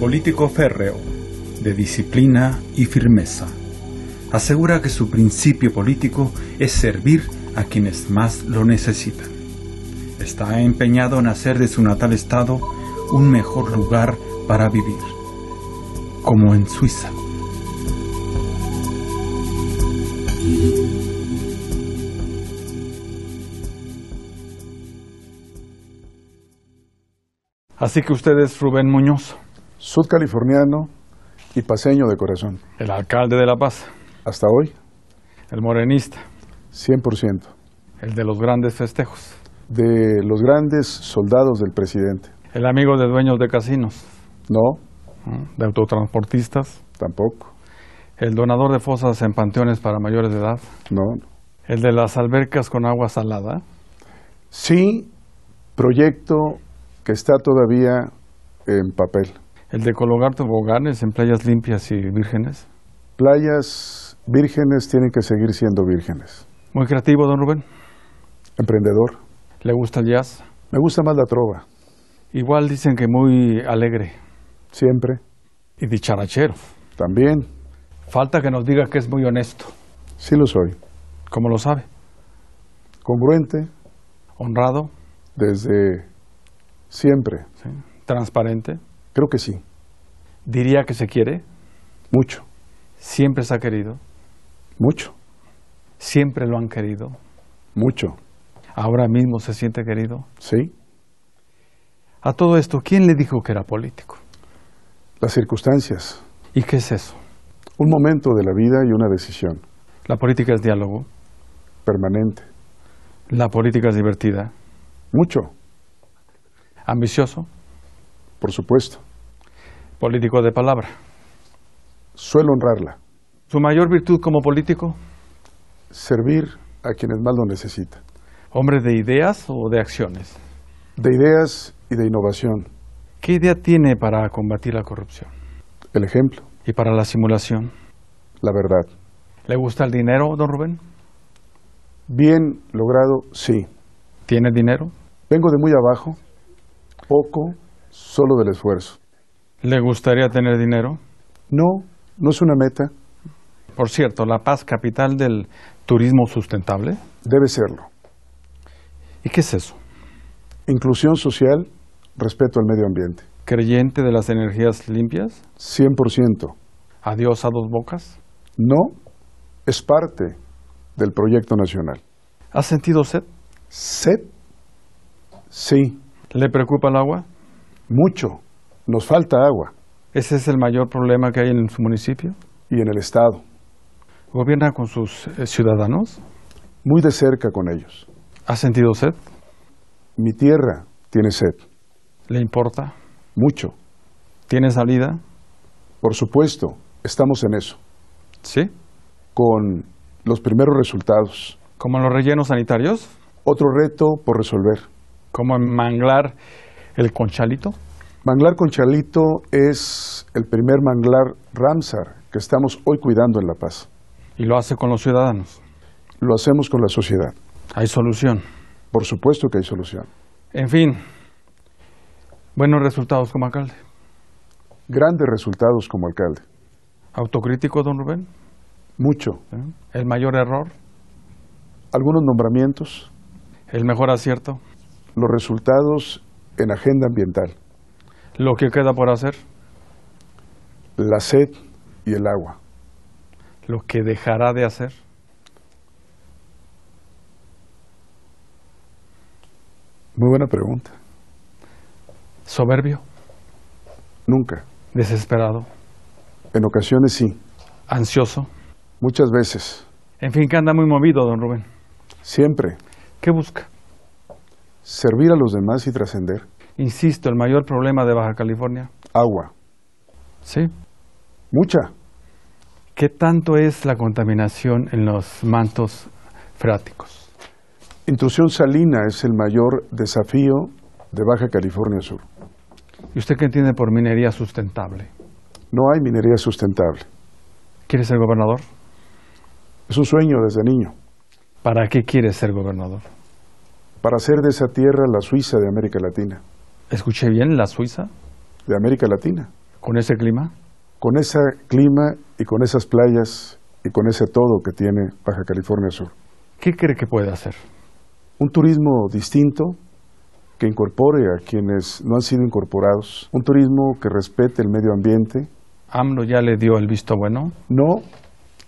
político férreo, de disciplina y firmeza. Asegura que su principio político es servir a quienes más lo necesitan. Está empeñado en hacer de su natal estado un mejor lugar para vivir, como en Suiza. Así que usted es Rubén Muñoz, sudcaliforniano y paseño de corazón. el alcalde de La Paz, Hasta hoy, el morenista, 100% el de los grandes festejos, de los grandes soldados del presidente. el amigo de dueños de casinos, No, ¿no? de autotransportistas, tampoco. el donador de fosas en panteones para mayores de edad, No. el de las albercas con agua salada, Sí, proyecto que está todavía en papel. el de colocar toboganes en playas limpias y vírgenes. Playas vírgenes tienen que seguir siendo vírgenes. Muy creativo, don Rubén. Emprendedor. Le gusta el jazz. Me gusta más la trova, Igual dicen que muy alegre siempre. y dicharachero. También, Falta que nos diga que es muy honesto, sí lo soy. como lo sabe. Congruente Honrado, desde siempre. ¿sí? transparente. Creo que sí, Diría que se quiere, mucho, siempre se ha querido, mucho, siempre lo han querido. mucho. Ahora mismo se siente querido. Sí, A todo esto, ¿quién le dijo que era político? las circunstancias. ¿Y qué es eso? Un momento de la vida y una decisión La política es diálogo, permanente. la política es divertida, Mucho, ambicioso, por supuesto. político de palabra. Suelo honrarla. ¿Su mayor virtud como político? Servir a quienes más lo necesitan. ¿Hombre de ideas o de acciones? De ideas y de innovación. ¿Qué idea tiene para combatir la corrupción El ejemplo, y para la simulación? la verdad. ¿Le gusta el dinero, don Rubén? Bien logrado, sí. ¿Tiene dinero? Vengo de muy abajo, poco, solo del esfuerzo. ¿Le gustaría tener dinero? No, no es una meta, Por cierto, La Paz, capital del turismo sustentable. debe serlo. ¿Y qué es eso? Inclusión social, respeto al medio ambiente. ¿Creyente de las energías limpias? 100%. ¿Adiós a dos bocas? No es parte del proyecto nacional. ¿Ha sentido sed? ¿Sed? Sí, ¿Le preocupa el agua? mucho. Nos falta agua ¿Ese es el mayor problema que hay en su municipio? y en el Estado, ¿Gobierna con sus eh, ciudadanos? muy de cerca con ellos. ¿Ha sentido sed? Mi tierra tiene sed, ¿Le importa? mucho. ¿Tiene salida? Por supuesto, estamos en eso, ¿Sí? con los primeros resultados. ¿Como en los rellenos sanitarios? Otro reto por resolver. ¿Como en manglar el conchalito? Manglar Conchalito es el primer manglar Ramsar que estamos hoy cuidando en La Paz. Y lo hace con los ciudadanos. Lo hacemos con la sociedad. Hay solución. Por supuesto que hay solución. En fin, buenos resultados como alcalde. Grandes resultados como alcalde. Autocrítico, don Rubén. Mucho. ¿eh? El mayor error, Algunos nombramientos, el mejor acierto, los resultados en agenda ambiental, lo que queda por hacer, la sed y el agua. lo que dejará de hacer. Muy buena pregunta. Soberbio, Nunca. desesperado, En ocasiones sí. ansioso. Muchas veces. En fin, que anda muy movido, don Rubén. Siempre. ¿Qué busca? Servir a los demás y trascender. Insisto, el mayor problema de Baja California. Agua. ¿Sí? Mucha. ¿Qué tanto es la contaminación en los mantos freáticos? Intrusión salina es el mayor desafío de Baja California Sur. ¿Y usted qué entiende por minería sustentable? No hay minería sustentable. ¿Quiere ser gobernador? Es un sueño desde niño, ¿Para qué quiere ser gobernador? para hacer de esa tierra la Suiza de América Latina. ¿Escuché bien la Suiza? De América Latina. ¿Con ese clima? Con ese clima y con esas playas y con ese todo que tiene Baja California Sur. ¿Qué cree que puede hacer? Un turismo distinto que incorpore a quienes no han sido incorporados, un turismo que respete el medio ambiente. ¿AMLO ya le dio el visto bueno? No,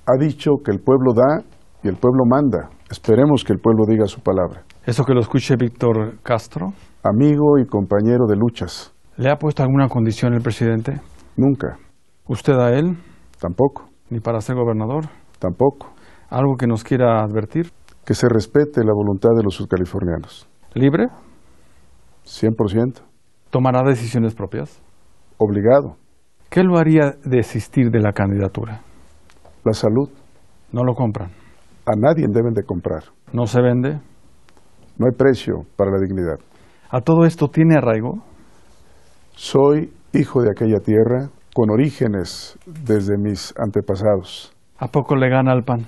ha dicho que el pueblo da y el pueblo manda. Esperemos que el pueblo diga su palabra. Eso que lo escuche Víctor Castro. Amigo y compañero de luchas. ¿Le ha puesto alguna condición el presidente? Nunca. ¿Usted a él? Tampoco. ¿Ni para ser gobernador? Tampoco. ¿Algo que nos quiera advertir? Que se respete la voluntad de los sudcalifornianos. ¿Libre? 100%. ¿Tomará decisiones propias? Obligado. ¿Qué lo haría desistir de la candidatura? La salud. No lo compran. A nadie deben de comprar. No se vende. No hay precio para la dignidad. ¿A todo esto tiene arraigo? Soy hijo de aquella tierra con orígenes desde mis antepasados. ¿A poco le gana al pan?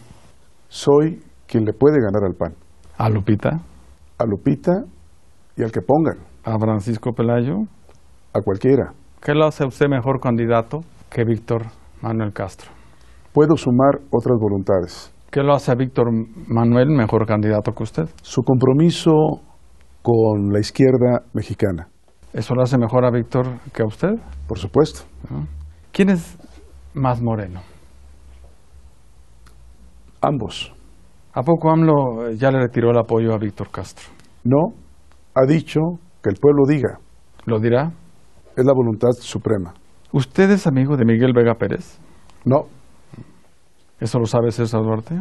Soy quien le puede ganar al pan. ¿A Lupita? A Lupita y al que pongan. ¿A Francisco Pelayo? A cualquiera. ¿Qué lo hace usted mejor candidato que Víctor Manuel Castro? Puedo sumar otras voluntades. ¿Qué lo hace a Víctor Manuel mejor candidato que usted? Su compromiso con la izquierda mexicana. ¿Eso lo hace mejor a Víctor que a usted? Por supuesto. ¿No? ¿Quién es más moreno? Ambos. ¿A poco AMLO eh, ya le retiró el apoyo a Víctor Castro? No, ha dicho que el pueblo diga. ¿Lo dirá? Es la voluntad suprema. ¿Usted es amigo de Miguel Vega Pérez? No, ¿Eso lo sabe César Duarte?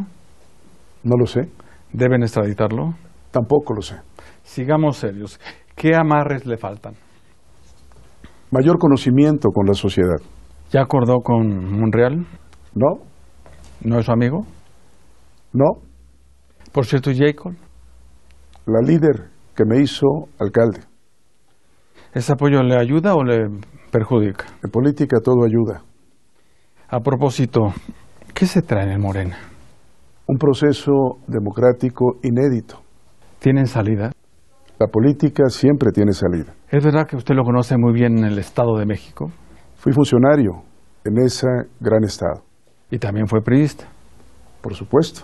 no lo sé. ¿Deben extraditarlo? Tampoco lo sé. Sigamos serios. ¿Qué amarres le faltan? Mayor conocimiento con la sociedad. ¿Ya acordó con Monreal? No, ¿No es su amigo? no. Por cierto, ¿y Jacob, La líder que me hizo alcalde. ¿ese apoyo le ayuda o le perjudica? En política todo ayuda. A propósito, ¿qué se trae en Morena? Un proceso democrático inédito. ¿Tienen salida? La política siempre tiene salida. ¿Es verdad que usted lo conoce muy bien en el Estado de México? Fui funcionario en ese gran estado. Y también fue priista. Por supuesto.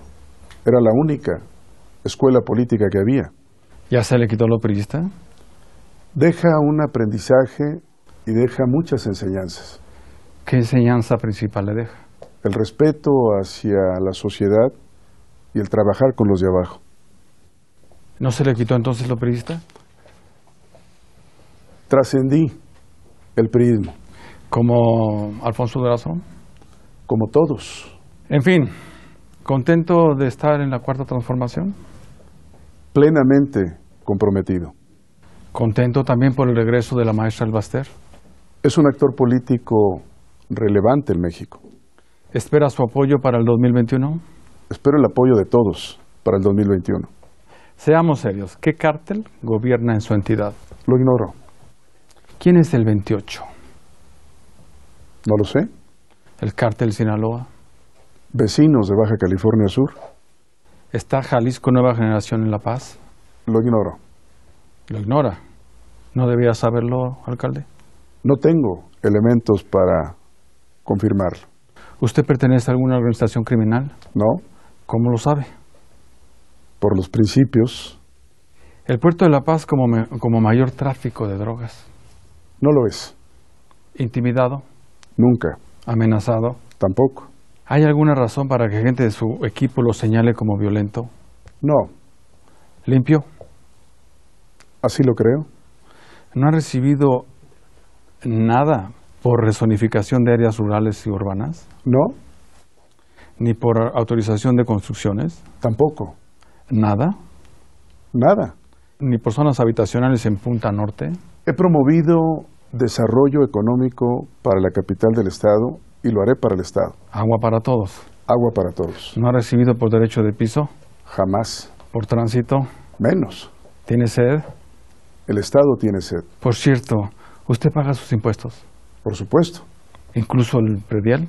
Era la única escuela política que había. ¿Ya se le quitó lo priista? Deja un aprendizaje y deja muchas enseñanzas. ¿Qué enseñanza principal le deja? El respeto hacia la sociedad y el trabajar con los de abajo. ¿No se le quitó entonces lo priista? Trascendí el priismo, Como Alfonso Durazo. como todos. En fin, contento de estar en la cuarta transformación. plenamente comprometido. Contento también por el regreso de la maestra Albaster. Es un actor político relevante en México. Espera su apoyo para el 2021. Espero el apoyo de todos para el 2021. Seamos serios, ¿qué cártel gobierna en su entidad? Lo ignoro, ¿Quién es el 28? no lo sé. ¿El cártel Sinaloa? Vecinos de Baja California Sur, ¿Está Jalisco Nueva Generación en La Paz? lo ignoro. Lo ignora. ¿No debía saberlo, alcalde? No tengo elementos para confirmarlo. ¿Usted pertenece a alguna organización criminal? No, ¿Cómo lo sabe? por los principios, El puerto de La Paz como, me- como mayor tráfico de drogas. no lo es. Intimidado, Nunca, amenazado, tampoco. ¿Hay alguna razón para que gente de su equipo lo señale como violento? No, ¿Limpio? así lo creo. ¿No ha recibido nada por rezonificación de áreas rurales y urbanas? No, ¿Ni por autorización de construcciones? tampoco. ¿Nada? Nada. ¿Ni por zonas habitacionales en Punta Norte? He promovido desarrollo económico para la capital del Estado y lo haré para el Estado. Agua para todos. Agua para todos. ¿No ha recibido por derecho de piso? Jamás. ¿Por tránsito? Menos. ¿Tiene sed? El Estado tiene sed, Por cierto, ¿usted paga sus impuestos? por supuesto. ¿Incluso el predial?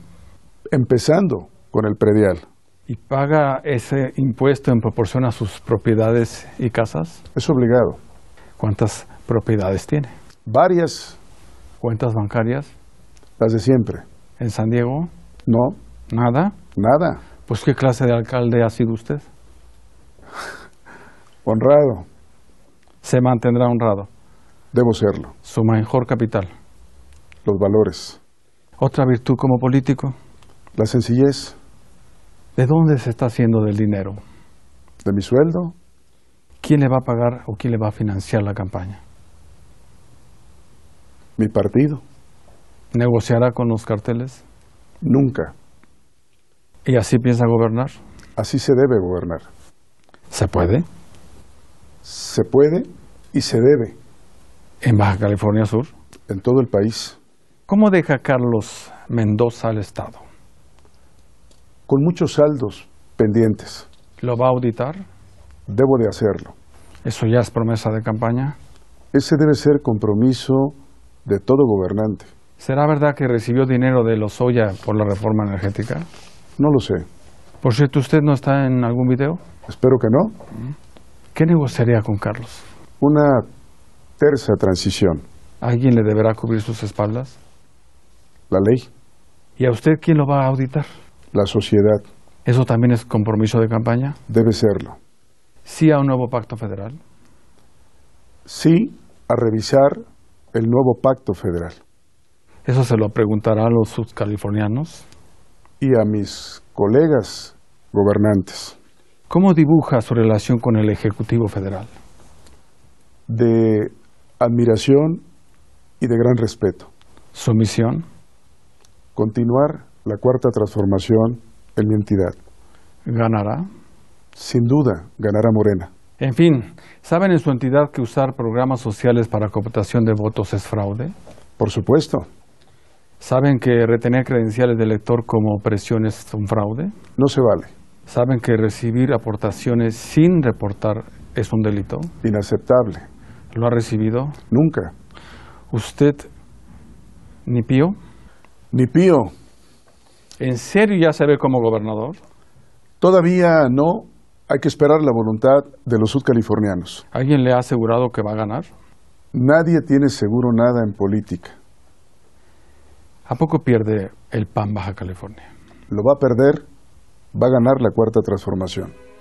Empezando con el predial. ¿Y paga ese impuesto en proporción a sus propiedades y casas? Es obligado. cuántas propiedades tiene, Varias cuentas bancarias, Las de siempre. ¿En San Diego? No, ¿Nada? nada. Pues ¿qué clase de alcalde ha sido usted? Honrado, Se mantendrá honrado. debo serlo. Su mejor capital. Los valores. Otra virtud como político. La sencillez ¿De dónde se está haciendo del dinero? de mi sueldo, ¿Quién le va a pagar o quién le va a financiar la campaña? mi partido. ¿Negociará con los carteles? Nunca. ¿Y así piensa gobernar? Así se debe gobernar. ¿Se puede? Se puede y se debe En Baja California Sur. en todo el país. ¿Cómo deja Carlos Mendoza al Estado? Con muchos saldos pendientes. ¿Lo va a auditar? Debo de hacerlo. Eso ya es promesa de campaña. Ese debe ser compromiso de todo gobernante. ¿Será verdad que recibió dinero de los Lozoya por la reforma energética? No lo sé. Por cierto, ¿usted no está en algún video? Espero que no. ¿Qué negociaría con Carlos? Una terza transición. ¿Alguien le deberá cubrir sus espaldas? La ley, ¿Y a usted quién lo va a auditar? la sociedad, ¿Eso también es compromiso de campaña? debe serlo. ¿Sí a un nuevo pacto federal? Sí a revisar el nuevo pacto federal ¿Eso se lo preguntará a los subcalifornianos? y a mis colegas gobernantes ¿Cómo dibuja su relación con el Ejecutivo Federal? de admiración y de gran respeto. ¿Su misión? Continuar la cuarta transformación en mi entidad. ¿Ganará? Sin duda, ganará Morena. En fin, ¿saben en su entidad que usar programas sociales para cooptación de votos es fraude? Por supuesto, ¿Saben que retener credenciales de elector como presión es un fraude? no se vale. ¿Saben que recibir aportaciones sin reportar es un delito? Inaceptable. ¿Lo ha recibido? Nunca. ¿Usted ni pío? Ni pío. ¿En serio ya se ve como gobernador? Todavía no. Hay que esperar la voluntad de los sudcalifornianos. ¿Alguien le ha asegurado que va a ganar? Nadie tiene seguro nada en política. ¿A poco pierde el PAN Baja California? Lo va a perder, va a ganar la cuarta transformación.